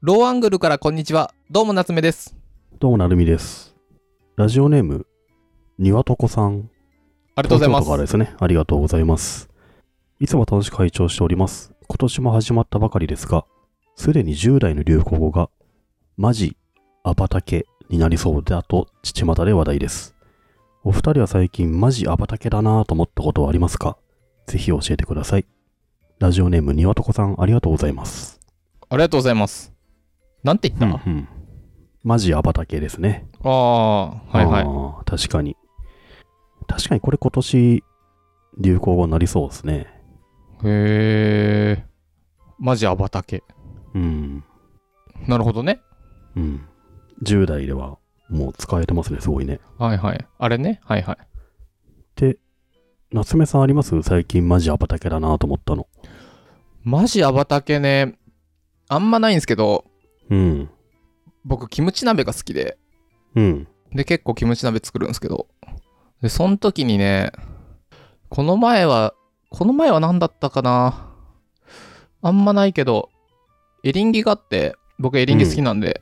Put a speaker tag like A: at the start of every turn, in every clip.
A: ローアングルからこんにちは。どうも夏目です。
B: どうもなるみです。ラジオネーム、にわとこさん。
A: あ
B: あ
A: りがとうございま。
B: からですすね。ありがとうございます。いつも楽しく拝聴しております。今年も始まったばかりですが、すでに10代の流行語が、マジ、アバタケになりそうだと、父股で話題です。お二人は最近、マジアバタケだなぁと思ったことはありますかぜひ教えてください。ラジオネーム、にわとこさん、ありがとうございます。
A: ありがとうございます。なんて言った、あ
B: うんマジアバタケですね。
A: あー、はいはい。
B: あー確かに。確かにこれ今年流行語になりそうですね。
A: へえ。マジアバタケ。
B: うん。
A: なるほどね。
B: うん。10代ではもう使えてますね、すごいね。
A: はいはい。あれね。はいはい。
B: 夏目さんあります最近マジアバタケだなと思ったの。
A: マジアバタケね。あんまないんですけど、
B: うん。
A: 僕、キムチ鍋が好きで。
B: うん。
A: で、結構キムチ鍋作るんですけど。で、その時にね、この前は、この前は何だったかなあんまないけど、エリンギがあって、僕エリンギ好きなんで、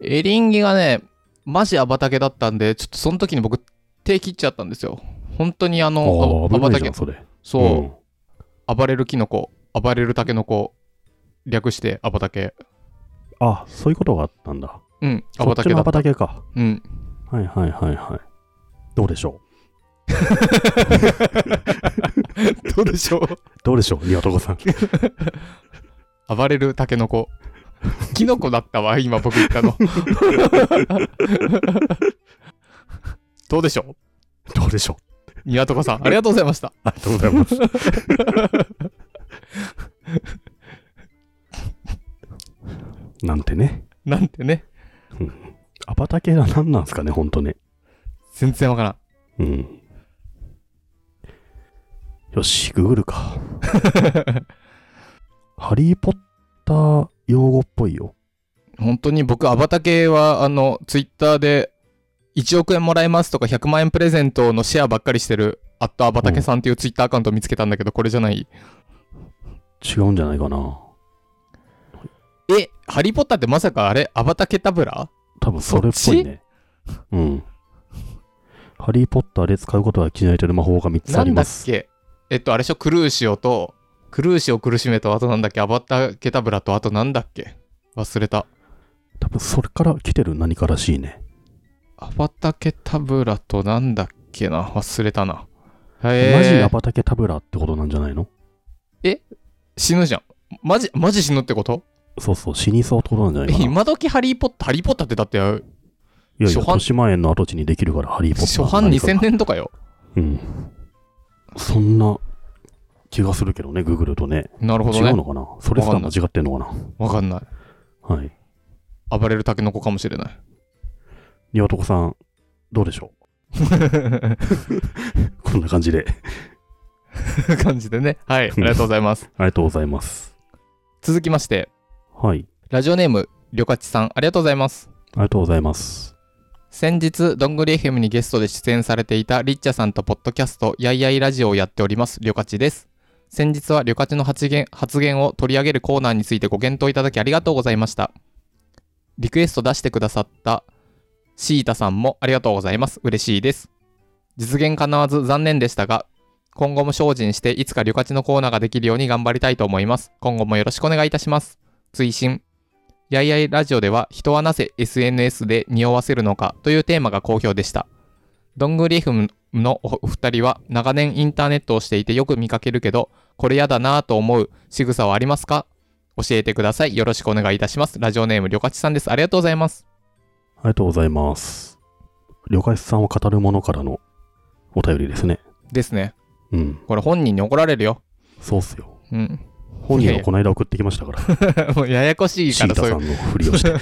A: エリンギがね、マジアバタケだったんで、ちょっとその時に僕手切っちゃったんですよ。本当にあ
B: あ
A: の、
B: あ、
A: あア
B: 危
A: バ
B: ない
A: タ
B: じ
A: ケ
B: ゃん、、それ。
A: そう、暴れるキノコ、暴れるタケノコ、略してアバタケ。
B: うん。あ、そういうことがあったんだ。
A: うん、ア
B: そ
A: バ
B: っ
A: タ
B: ち
A: ケだ
B: のア
A: っ
B: バ
A: た。
B: タケか。
A: うん。
B: はいはいはいはい。どうでしょう
A: どうでしょう
B: どうで しょう岩戸さん。
A: 暴れるタケノコ。 キノコだったわ、今僕言ったの。 どうでしょ
B: どうでしょう
A: うニワトコさん、ありがとうございました。
B: ありがとうござい ます。なんてね。
A: なんてね、
B: アバタケは何なんですかね、ほんとね。
A: 全然わからん。
B: うん。よし、ググるか。ハリー・ポッター用語っぽいよ。
A: 本当に僕、アバタ系は、あの、ツイッターで、1億円もらえますとか、100万円プレゼントのシェアばっかりしてる、アットアバタケさんっていうツイッターアカウントを見つけたんだけど、これじゃない。
B: 違うんじゃないかな。
A: え、ハリー・ポッターってまさかあれ、アバタケタブラ
B: 多分それっぽいね。うん。ハリー・ポッターで使うことが禁じられてる魔法が3つあ
A: な
B: り
A: んだ
B: ま
A: っ
B: す。
A: けえっと、あれでしょ、クルーシオと、クルーシオ苦しめと、あとなんだっけ、アバタケタブラと、あとなんだっけ忘れた。
B: 多分それから来てる何からしいね。
A: アバタケタブラとなんだっけな忘れたな。へ
B: マジ
A: え
B: アバタケタブラってことなんじゃないの
A: 死ぬじゃん。マジ、マジ死ぬってこと
B: そうそう、死にそうってことなんじゃない
A: え
B: かな。
A: 今時ハリーポッター、ハリーポッターってだって、
B: いやいや、
A: 初版
B: 豊島園の跡地にできるから、ハリー・ポッタ
A: 初
B: ー。
A: 版2000。年とかよ。
B: うん。そんな気がするけどね、ググるとね。
A: なるほど
B: 違う
A: ね。
B: のかなそれすら間違ってんのかな
A: わかんない。
B: はい。
A: 暴れるタケノコかもしれ ない。
B: にわとこさん、どうでしょうこんな感じで。
A: 感じでね。はい、ありがとうございます。
B: ありがとうございます。
A: 続きまして、
B: はい。
A: ラジオネーム、りょかちさん、ありがとうございます。
B: ありがとうございます。
A: 先日どんぐり FM にゲストで出演されていたリッチャさんとポッドキャストやいやいラジオをやっておりますりょかちです先日はりょかちの発言発言を取り上げるコーナーについてご検討いただきありがとうございましたリクエスト出してくださったシータさんもありがとうございます嬉しいです実現かなわず残念でしたが今後も精進していつかりょかちのコーナーができるように頑張りたいと思います今後もよろしくお願いいたします追伸やいやいラジオでは人はなぜ SNS で匂わせるのかというテーマが好評でした。どんぐり FM のお二人は長年インターネットをしていてよく見かけるけど、これやだなぁと思う仕草はありますか教えてください。よろしくお願いいたします。ラジオネーム、りょかちさんです。ありがとうございます。
B: ありがとうございます。旅館さんを語る者からのお便りですね。
A: ですね。
B: うん。
A: これ本人に怒られるよ。
B: そうっすよ。
A: うん。
B: 本人はこの間送ってきましたから。
A: もうややこしい
B: シ
A: から、
B: ータ
A: そうい
B: さ
A: う。
B: んのふりをして。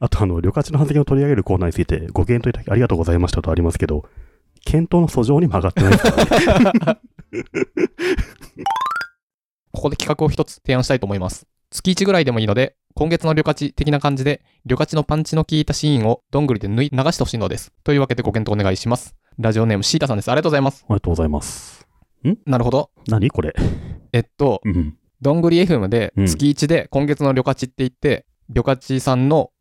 B: あと、あの、旅客の発言を取り上げるコーナーについて、ご検討いただきありがとうございましたとありますけど、検討の訴状にも上がってないですからね
A: ここで企画を一つ提案したいと思います。月1ぐらいでもいいので、今月の旅客的な感じで、旅客のパンチの効いたシーンをどんぐりで縫い流してほしいのです。というわけでご検討お願いします。ラジオネームシータさんです。ありがとうございます。
B: ありがとうございます。
A: なるほど。
B: 何これ。
A: えっと、
B: うん。
A: どんぐり FM で
B: うん
A: 月1で今月の旅客地って言って、旅客地さんの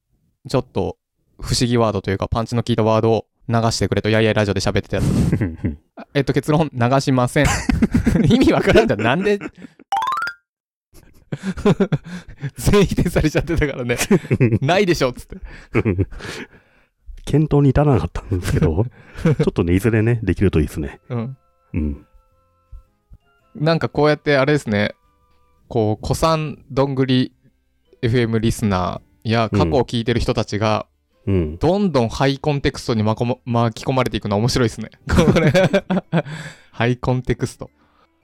A: ちょっと不思議ワードというかパンチの効いたワードを流してくれと、やいやいラジオで喋ってたやつ。あえっと結論、流しません。 意味わからんじゃん。なんで 全否定されちゃってたからね。ないでしょっつって。
B: 検討に至らなかったんですけど、ちょっとね、いずれね、できるといいですね。
A: うん。
B: うん。
A: なんかこうやってあれですね、こう、古参どんぐり FM リスナーや過去を聞いてる人たちが、
B: うん。
A: どんどんハイコンテクストにまこも巻き込まれていくのは面白いですね。これ。 ハイコンテクスト。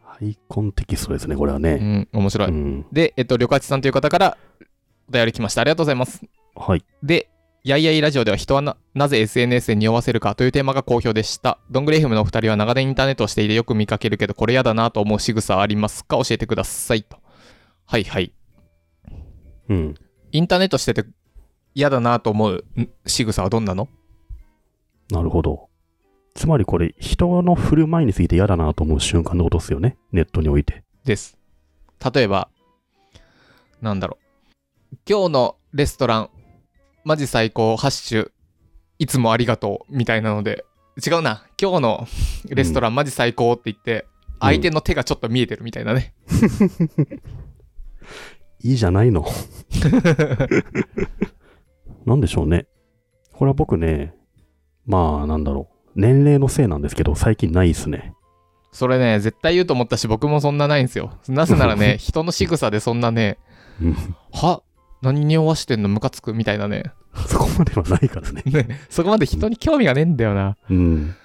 B: ハイコンテキストですね、これは
A: う
B: ね。
A: ん、面白い。
B: うん。
A: で、えっと、旅客地さんという方からお便り来ました。ありがとうございます。
B: はい。
A: で、やいやいラジオでは人はななぜ SNS で匂わせるかというテーマが好評でした。どんぐり FM のお二人は長年インターネットをしていてよく見かけるけど、これやだなと思う仕草はありますか教えてくださいと。はいはい。
B: うん。
A: インターネットしてて嫌だなと思うん仕草はどんなの
B: なるほど。つまりこれ、人の振る舞いについて嫌だなと思う瞬間のことですよね。ネットにおいて。
A: です。例えば、なんだろう。今日のレストラン、マジ最高、ハッシュ、いつもありがとう、みたいなので、違うな、今日のレストラン、マジ最高って言って、相手の手がちょっと見えてるみたいなね。
B: いいじゃない の。なんでしょうね。これは僕ね、まあ、なんだろう。年齢のせいなんですけど、最近ないですね。
A: それね、絶対言うと思ったし、僕もそんなないんですよ。なぜならね、人の仕草でそんなね、
B: うん
A: は何にわしてんのムカつくみたいなね。
B: そこまではないからね。
A: ね、そこまで人に興味がねえんだよな。
B: うん。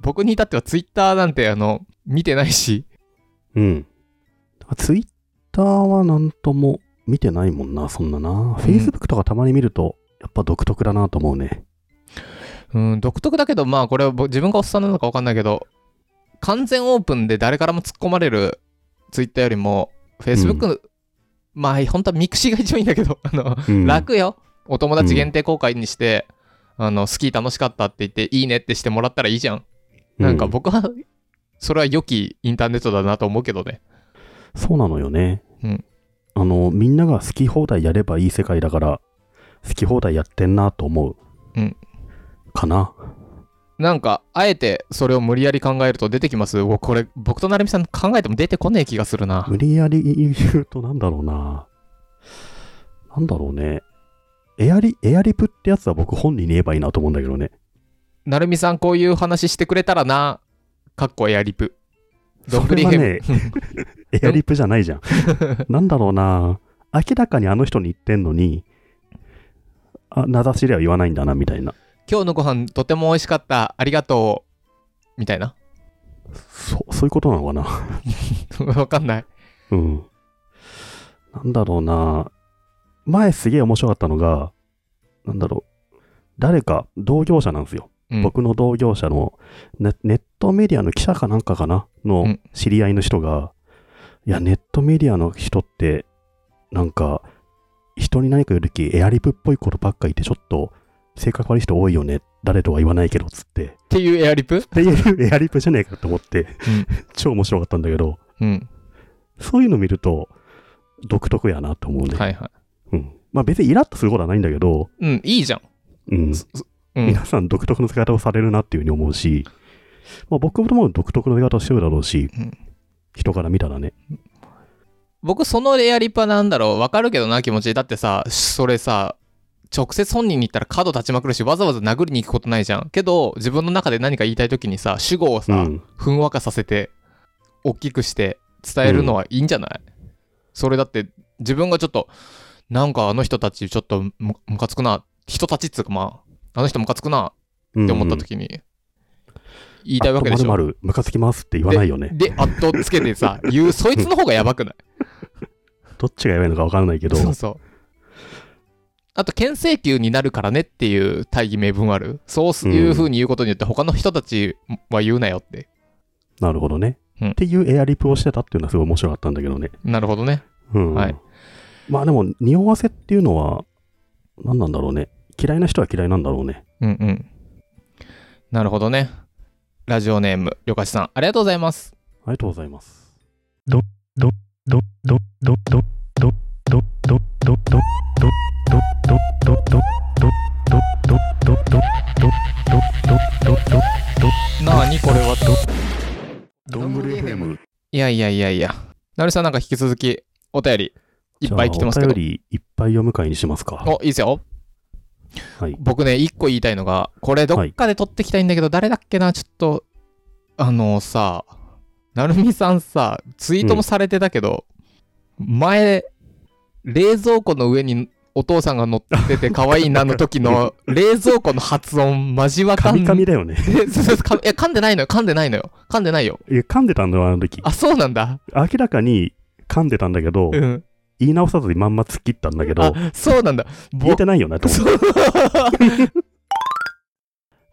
A: 僕に至ってはツイッターなんてあの見てないし
B: うん。ツイッターはなんとも見てないもんな、そんなな。フェイスブックとかたまに見ると、やっぱ独特だなと思うね。
A: うん独特だけどまあこれは僕自分がおっさんなのか分かんないけど完全オープンで誰からも突っ込まれるツイッターよりもフェイスブックまあ本当はミクシーが一番いいんだけど あの、
B: うん、
A: 楽よお友達限定公開にして、あのスキー楽しかったって言っていいねってしてもらったらいいじゃん、なんか
B: うん
A: 僕はそれは良きインターネットだなと思うけどね
B: そうなのよね。
A: うん
B: あの、みんなが好き放題やればいい世界だから、好き放題やってんなと思う。
A: うん
B: かな。
A: なんかあえてそれを無理やり考えると出てきます僕これ僕と成美さん考えても出てこねえ気がするな
B: 無理やり言うとなんだろうな。なんだろうね。エアリ、エアリプってやつは僕本人に言えばいいなと思うんだけどね。
A: 成美さんこういう話してくれたらなかっこエアリプどん
B: そ
A: ぐ
B: れ
A: り
B: は
A: ヘ
B: ね
A: ム、
B: エアリプじゃないじゃん。なんだろうな。明らかにあの人に言ってんのに、あ名指しでは言わないんだな、みたいな。
A: 今日のご飯とても美味しかったありがとうみたいな
B: そ、そういうことなのかな。
A: わかんない
B: うん。なんだろうな。前すげえ面白かったのが、なんだろう。誰か、同業者なんですよ。
A: うん
B: 僕の同業者のネネットメディアの記者かなんかかな
A: う
B: の
A: ん
B: 知り合いの人が、いや、ネットメディアの人って、なんか、人に何か言うとき、エアリプっぽいことばっか言って、ちょっと、性格悪い人多いよね。誰とは言わないけど、つって。っ
A: っていうエアリプ
B: ていうエアリプじゃねえかと思って、超面白かったんだけど、
A: うん
B: そういうの見ると、独特やなと思うね。
A: はいはい
B: うん。まあ別にイラッとすることはないんだけど、
A: うんいいじゃん
B: うん。
A: うん
B: 皆さん独特の使い方をされるなっていうふうに思うし、まあ、僕も独特の使い方をしてるだろうし、
A: うん
B: 人から見たらね。
A: 僕そのエアリプはなんだろうわかるけどな気持ちだってさそれさ直接本人に言ったら角立ちまくるしわざわざ殴りに行くことないじゃんけど自分の中で何か言いたい時にさ主語をさ、
B: うん。
A: ふんわかさせて大きくして伝えるのはいいんじゃない、それだって自分がちょっとなんかあの人たちちょっとむむかつくな人たちっつうかまああの人ムカつくなって思った時に言いたいわけでしょ、
B: まるムカつきますって言わないよね。
A: であっとつけてさ言うそいつの方がやばくない
B: どっちがやばいのかわからないけど、
A: そうそうあと牽制球になるからねっていう大義名分あるそういう風に言うことによって他の人たちは言うなよって
B: なるほどね、
A: うん
B: っていうエアリプをしてたっていうのはすごい面白かったんだけどね。
A: なるほどね
B: うん。
A: はい
B: まあでも、匂わせっていうのは、何なんだろうね。嫌いな人は嫌いなんだろうね。
A: うんうん。なるほどね。ラジオネーム、りょかしさん、ありがとうございます。
B: ありがとうございます。ど、ど、ど、ど、ど、ど、ど、ど、ど、ど、ど、ど、ど、ど、ど、ど、ど、ど、ど、ど、ど、ど、ど、
A: なあにこれは
B: どんぐり FM。
A: いやいやいやいや。なるさんなんか引き続きお便りいっぱい来てますけ
B: じゃ
A: ど
B: あお。便りいっぱい読む会にしますか。
A: お、いいですよ。
B: はい。
A: 僕ね、一個言いたいのが、これどっかで撮ってきたいんだけど、誰だっけな、ちょっと、あのさ、なるみさんさ、ツイートもされてたけど、前、冷蔵庫の上にお父さんが乗って て可愛いなの時の冷蔵庫の発音、マジわか
B: カ
A: ん
B: ミ
A: な
B: カ
A: い。
B: ミだよね。
A: えそうそうかいや噛んでないのよ、噛んでないのよ、噛んでないよ。
B: いや噛んでたんだよ、あの時。
A: あ、そうなんだ。
B: 明らかに噛んでたんだけど、
A: うん。
B: 言い直さずにまんま突っ切ったんだけ
A: あ
B: ど、、
A: そうなんだ。
B: 言え
A: ぼ
B: てないよなと思って。
A: そう。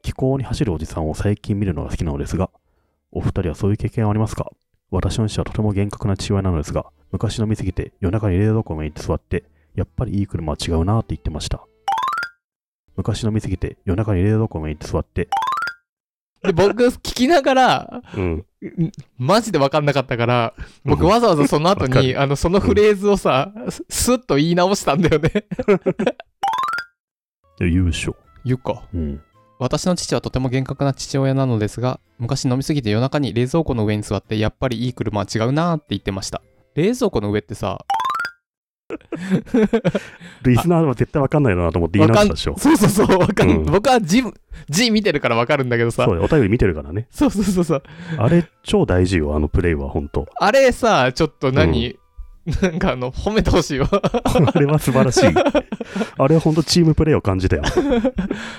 B: 気候に走るおじさんを最近見るのが好きなのですが、お二人はそういう経験はありますか私の父はとても厳格な父親なのですが、昔飲みすぎて夜中に冷蔵庫に行って座って、やっぱりいい車は違うなって言ってました。昔飲みすぎて夜中に冷蔵庫に行って座って、
A: で僕、聞きながら、
B: うん、
A: マジで分かんなかったから、僕
B: うん
A: わざわざその後
B: わか
A: に、あの、そのフレーズをさ、すすっと言い直したんだよね。
B: 優勝。
A: ゆか。
B: うん。
A: 私の父はとても厳格な父親なのですが、昔飲みすぎて夜中に冷蔵庫の上に座って、やっぱりいい車は違うなーって言ってました。冷蔵庫の上ってさ、
B: リスナーは絶対わかんないだろうなと思って言い
A: わ
B: 直
A: か
B: し
A: ん
B: たでしょ。
A: そうそうそう、わかん、
B: うん
A: 僕は字、字見てるからわかるんだけどさ
B: そう、だよお便り見てるからね。
A: そうそうそうそう。
B: あれ、超大事よ、あのプレイは、本 当
A: あれさ、ちょっと何、なんかあの、褒めてほしいわ。
B: あれは素晴らしい。あれは本当チームプレイを感じたよ。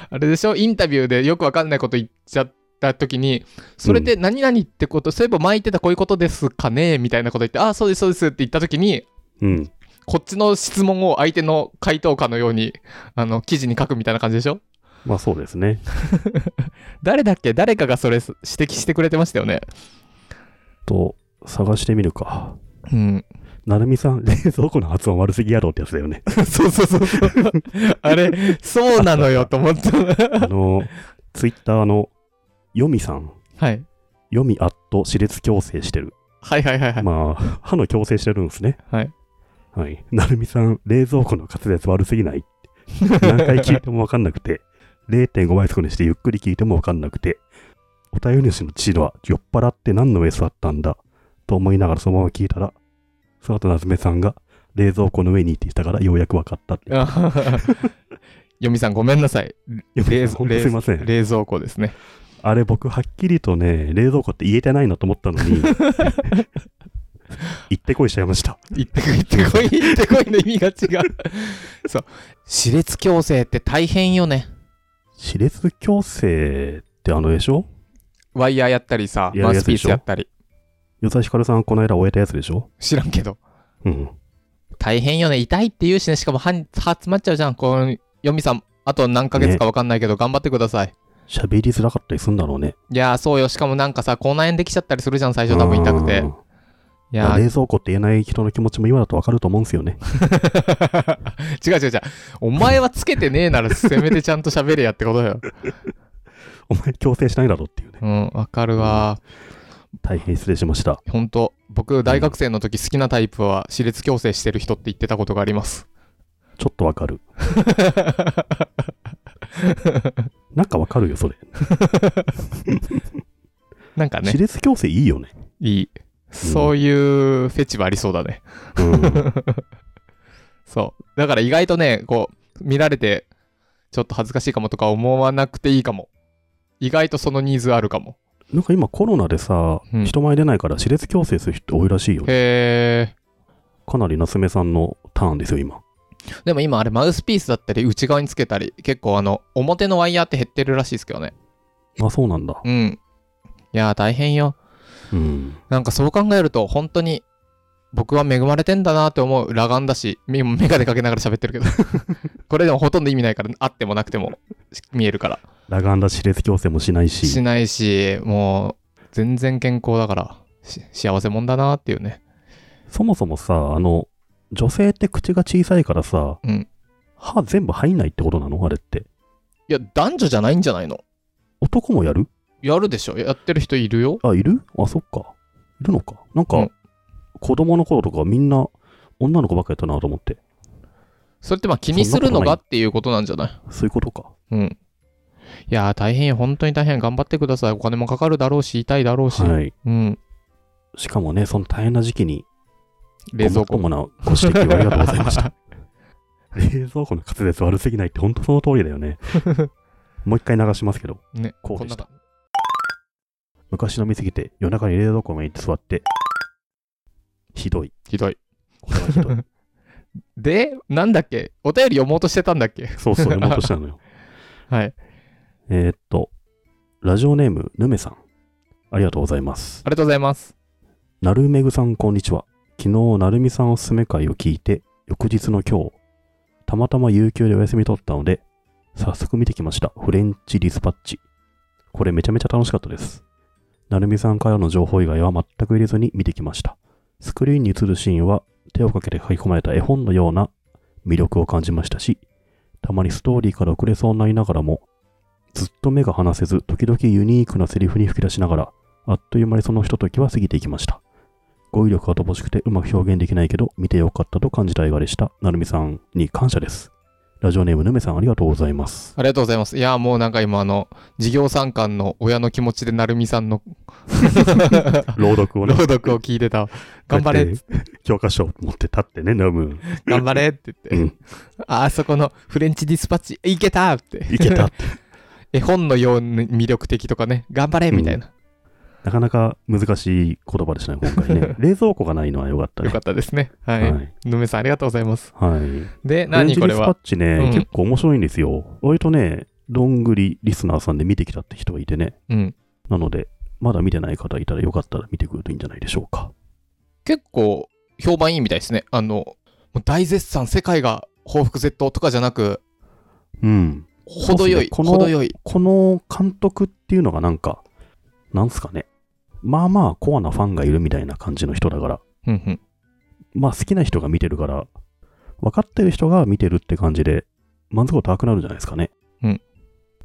A: あれでしょインタビューでよくわかんないこと言っちゃった時に、それって何々ってこと、そういえば巻いてたこういうことですかねみたいなこと言って、ああ、そうです、そうですって言った時に、
B: うん。
A: こっちの質問を相手の回答かのように、あの、記事に書くみたいな感じでしょ
B: まあそうですね。
A: 誰だっけ誰かがそれ指摘してくれてましたよね。
B: と、探してみるか。
A: うん。
B: なるみさん、冷 蔵庫の発音悪すぎやろってやつだよね。
A: そうそうそう そう。あれ、そうなのよと思った。
B: あの、ツイッターの、よみさん、
A: はい。
B: よみアット、歯列矯正してる。
A: はいはいはいはい。
B: まあ、歯の矯正してるんですね。
A: はい。
B: はい。なるみさん、冷蔵庫の滑舌悪すぎない何回聞いてもわかんなくて、0.5倍速にしてゆっくり聞いてもわかんなくて、お便り主の父は酔っ払って何の上座ったんだと思いながらそのまま聞いたら、その後夏目さんが冷蔵庫の上にって言ったからようやくわかったっ て。
A: あははよみさんごめんなさい。
B: よ
A: 冷
B: み
A: 蔵
B: さん、ほんとすいません。
A: 冷蔵庫ですね。
B: あれ僕はっきりとね、冷蔵庫って言えてないなと思ったのに、 行ってこいしちゃいました。
A: 行ってこい、行ってこい、行ってこいの意味が違う。そう。歯列矯正って大変よね。
B: 歯列矯正ってあのでしょ
A: ワイヤーやったりさ、
B: や
A: マ
B: る
A: ウ
B: や
A: ス
B: つ
A: ピ
B: で
A: ー
B: しょ
A: スやったり。
B: 与田ヒカルさんこの間終えたやつでしょ
A: 知らんけど。
B: うん。
A: 大変よね。痛いって言うしね。しかも歯に、歯詰まっちゃうじゃん。この、ヨミさん、あと何ヶ月かわかんないけど、頑張ってください。
B: 喋りづらかったりするんだろうね。
A: いやー、そうよ。しかもなんかさ、口内炎できちゃったりするじゃん、最初多分痛くて
B: うん。
A: いやー、
B: 冷蔵庫って言えない人の気持ちも今だとわかると思うんですよね。
A: 違う違う違う。お前はつけてねえなら、せめてちゃんと喋れやってことよ。
B: お前強制しないだろっていうね。
A: うん、わかるわー。
B: 大変失礼しました。
A: 本当僕大学生の時好きなタイプは歯列矯正してる人って言ってたことがあります
B: ちょっとわかる。なんかわかるよ、それ。
A: なんかね
B: 歯列矯正いいよね。
A: いいそういうフェチはありそうだね
B: うん。
A: そうだから意外とねこう見られてちょっと恥ずかしいかもとか思わなくていいかも意外とそのニーズあるかも
B: なんか今コロナでさ、
A: うん
B: 人前出ないから歯列矯正する人多いらしいよね。
A: へ
B: かなり夏目さんのターンですよ、今。
A: えでも今あれマウスピースだったり内側につけたり結構あの表のワイヤーって減ってるらしいですけどね
B: あ、そうなんだ。
A: うんいやー大変よ
B: うん。
A: なんかそう考えると本当に僕は恵まれてんだなって思う裸眼だしみメガネかけながら喋って るけどこれでもほとんど意味ないからあってもなくても見えるから
B: 裸眼だし歯列矯正もしないし。
A: しないしもう全然健康だからし幸せもんだなっていうね
B: そもそもさ、あの、女性って口が小さいからさ、
A: うん
B: 歯全部入んないってことなのあれって。
A: いや男女じゃないんじゃないの
B: 男もやる
A: やるでしょやってる人いるよ
B: あ、いるあ、そっか。いるのか。なんか、
A: うん
B: 子供の頃とかみんな女の子ばっかやったなと思って。
A: それってまあ気にするのがっていうことなんじゃない
B: そういうことか。
A: うん。いやー、大変よ。本当に大変。頑張ってください。お金もかかるだろうし、痛いだろうし。
B: はい。
A: うん。
B: しかもね、その大変な時期に、
A: 冷蔵
B: ご
A: 庫。
B: もっともなご指摘をありがとうございました。 冷蔵庫の滑舌悪すぎないって本当その通りだ よね。もう一回流しますけど、
A: ね、
B: こうでし
A: こんな
B: 昔飲みすぎて夜中に冷蔵庫に行って座って、ひどい。
A: ひどい。
B: これはひ どい。
A: で、なんだっけお便り読もうとしてたんだっけ
B: そうそう、読もうとした のよ。
A: はい。
B: えーっと、ラジオネーム、ぬめさん。ありがとうございます。
A: ありがとうございます。
B: なるめぐさん、こんにちは。昨日、なるみさんおすすめ会を聞いて、翌日の今日、たまたま有給でお休み取ったので、早速見てきました。フレンチディスパッチ。これめちゃめちゃ楽しかったです。なるみさんからの情報以外は全く入れずに見てきました。スクリーンに映るシーンは手をかけて書き込まれた絵本のような魅力を感じましたし、たまにストーリーから遅れそうになりながらも、ずっと目が離せず、時々ユニークなセリフに吹き出しながら、あっという間にそのひとときは過ぎていきました。語彙力が乏しくてうまく表現できないけど、見てよかったと感じた映画でした。なるみさんに感謝です。ラジオネームぬめさんありがとうございます。
A: ありがとうございます。いやー、もうなんか今、あの、事業参観の親の気持ちで、なるみさんの
B: 朗読 を
A: 朗読を聞いて た。頑張れ
B: こうやって教科書を持って立ってね、飲む。
A: 頑張れって
B: う
A: 言って
B: ん。
A: ああそこのフレンチディスパッチ、いけたって。
B: いけた。
A: 絵本のように魅力的とかね、頑張れみたいな。
B: なかなか難しい言葉でしたね、今 回ね。冷蔵庫がないのは良かったね。
A: よかったですね。は。
B: はいい。
A: ぬめさん、ありがとうございます。
B: はい。
A: で、
B: フレン
A: 何
B: チ
A: これ
B: ディスパ
A: は
B: ッチね、
A: うん
B: 結構面白いんですよ。割とね、どんぐりリスナーさんで見てきたって人がいてね。
A: うん。
B: なので、まだ見てない方いたらよかったら見てくるといいんじゃないでしょうか。
A: 結構、評判いいみたいですね。あの、もう大絶賛、世界が報復絶倒とかじゃなく、
B: うん。
A: 程よい、
B: そうですねこの
A: 程よい。
B: この監督っていうのがなんか、なんすかね。まあまあコアなファンがいるみたいな感じの人だから、
A: うんうん。
B: まあ好きな人が見てるから、分かってる人が見てるって感じで、満足度高くなるんじゃないですかね。
A: うん。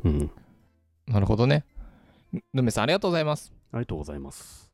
B: うん。
A: なるほどね。ぬめさん、ありがとうございます。
B: ありがとうございます。